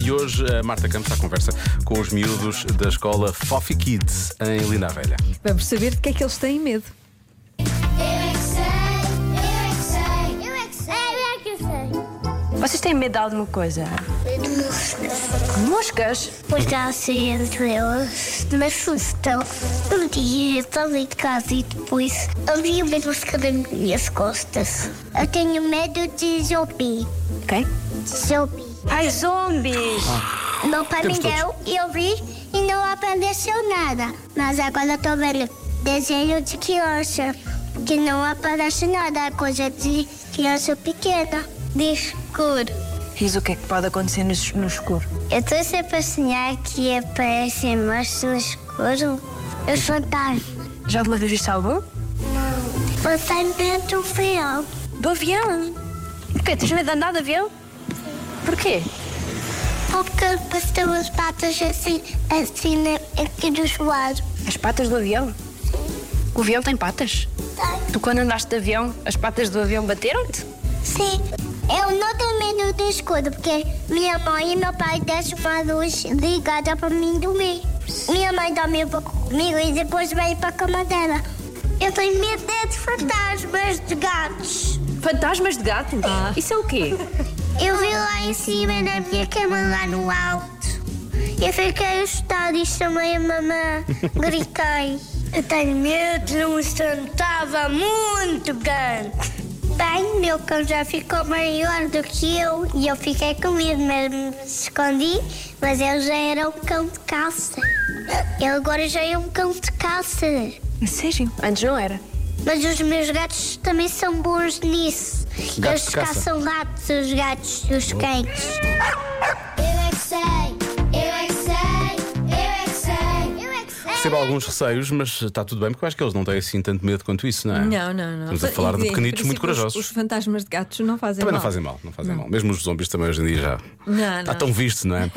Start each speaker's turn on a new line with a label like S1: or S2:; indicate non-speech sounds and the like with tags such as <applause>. S1: E hoje a Marta Campos está à conversa com os miúdos da escola Fofi Kids em Linda a Velha.
S2: Vamos saber de que é que eles têm medo.
S3: Eu é que sei, eu é que sei, eu é que sei, eu é que sei.
S4: Vocês têm medo de alguma coisa? Moscas?
S3: Porque há entre elas me assustam. Um dia eu estava em casa e depois havia uma mosca nas minhas costas. Eu tenho medo de zumbi.
S4: Quem?
S3: De zumbi.
S4: Ai, zombies!
S3: Meu pai
S1: Temos
S3: me deu, eu vi e não apareceu nada. Mas agora eu tô vendo desenho de criança, que não aparece nada, é coisa de criança pequena, de escuro.
S4: Diz o que é que pode acontecer no, es- no escuro.
S3: Eu tô sempre a sonhar que aparecem monstros no escuro. Eu sou tarde.
S4: Já alguma vez viste algum?
S3: Você dentro do frio.
S4: Do avião? O quê? Tens medo de andar de avião? Porquê?
S3: Porque depois tem as patas assim, assim, né, aqui dos lados.
S4: As patas do avião? O avião tem patas? Tu quando andaste de avião, as patas do avião bateram-te?
S3: Sim. Eu não tenho medo do escuro, porque minha mãe e meu pai deixam uma luz ligada pra mim dormir. Minha mãe dorme um pouco comigo e depois vai pra cama dela. Eu tenho medo de fantasmas, de gatos.
S4: Fantasmas de gato? Isso é o quê?
S3: Eu vi lá em cima da minha cama, lá no alto. Eu fiquei assustada e chamei a mamãe. é Gritei. <laughs> Eu tenho medo de um sentava muito grande. Bem, meu cão já ficou maior do que eu e eu fiquei com medo, mas me escondi. Mas ele já era um cão de caça. Ele agora já é um cão de caça.
S4: Sério? Antes não era.
S3: Mas os meus gatos também são bons nisso.
S1: Gatos de
S3: Eles
S1: caça.
S3: caçam ratos, os gatos e os cães. Eu é que sei, eu é que sei, eu é que sei, eu é que sei.
S1: Percebo alguns receios, mas está tudo bem, porque eu acho que eles não têm assim tanto medo quanto isso, não é?
S2: Não, não, não.
S1: Estamos a falar de
S2: E, em
S1: pequenitos muito
S2: princípio, os-
S1: corajosos.
S2: Os, fantasmas de gatos não fazem
S1: Também
S2: mal.
S1: não fazem mal, não fazem mal. Mesmo os zombies também hoje em dia já.
S2: Não,
S1: Está
S2: não.
S1: tão visto, não é?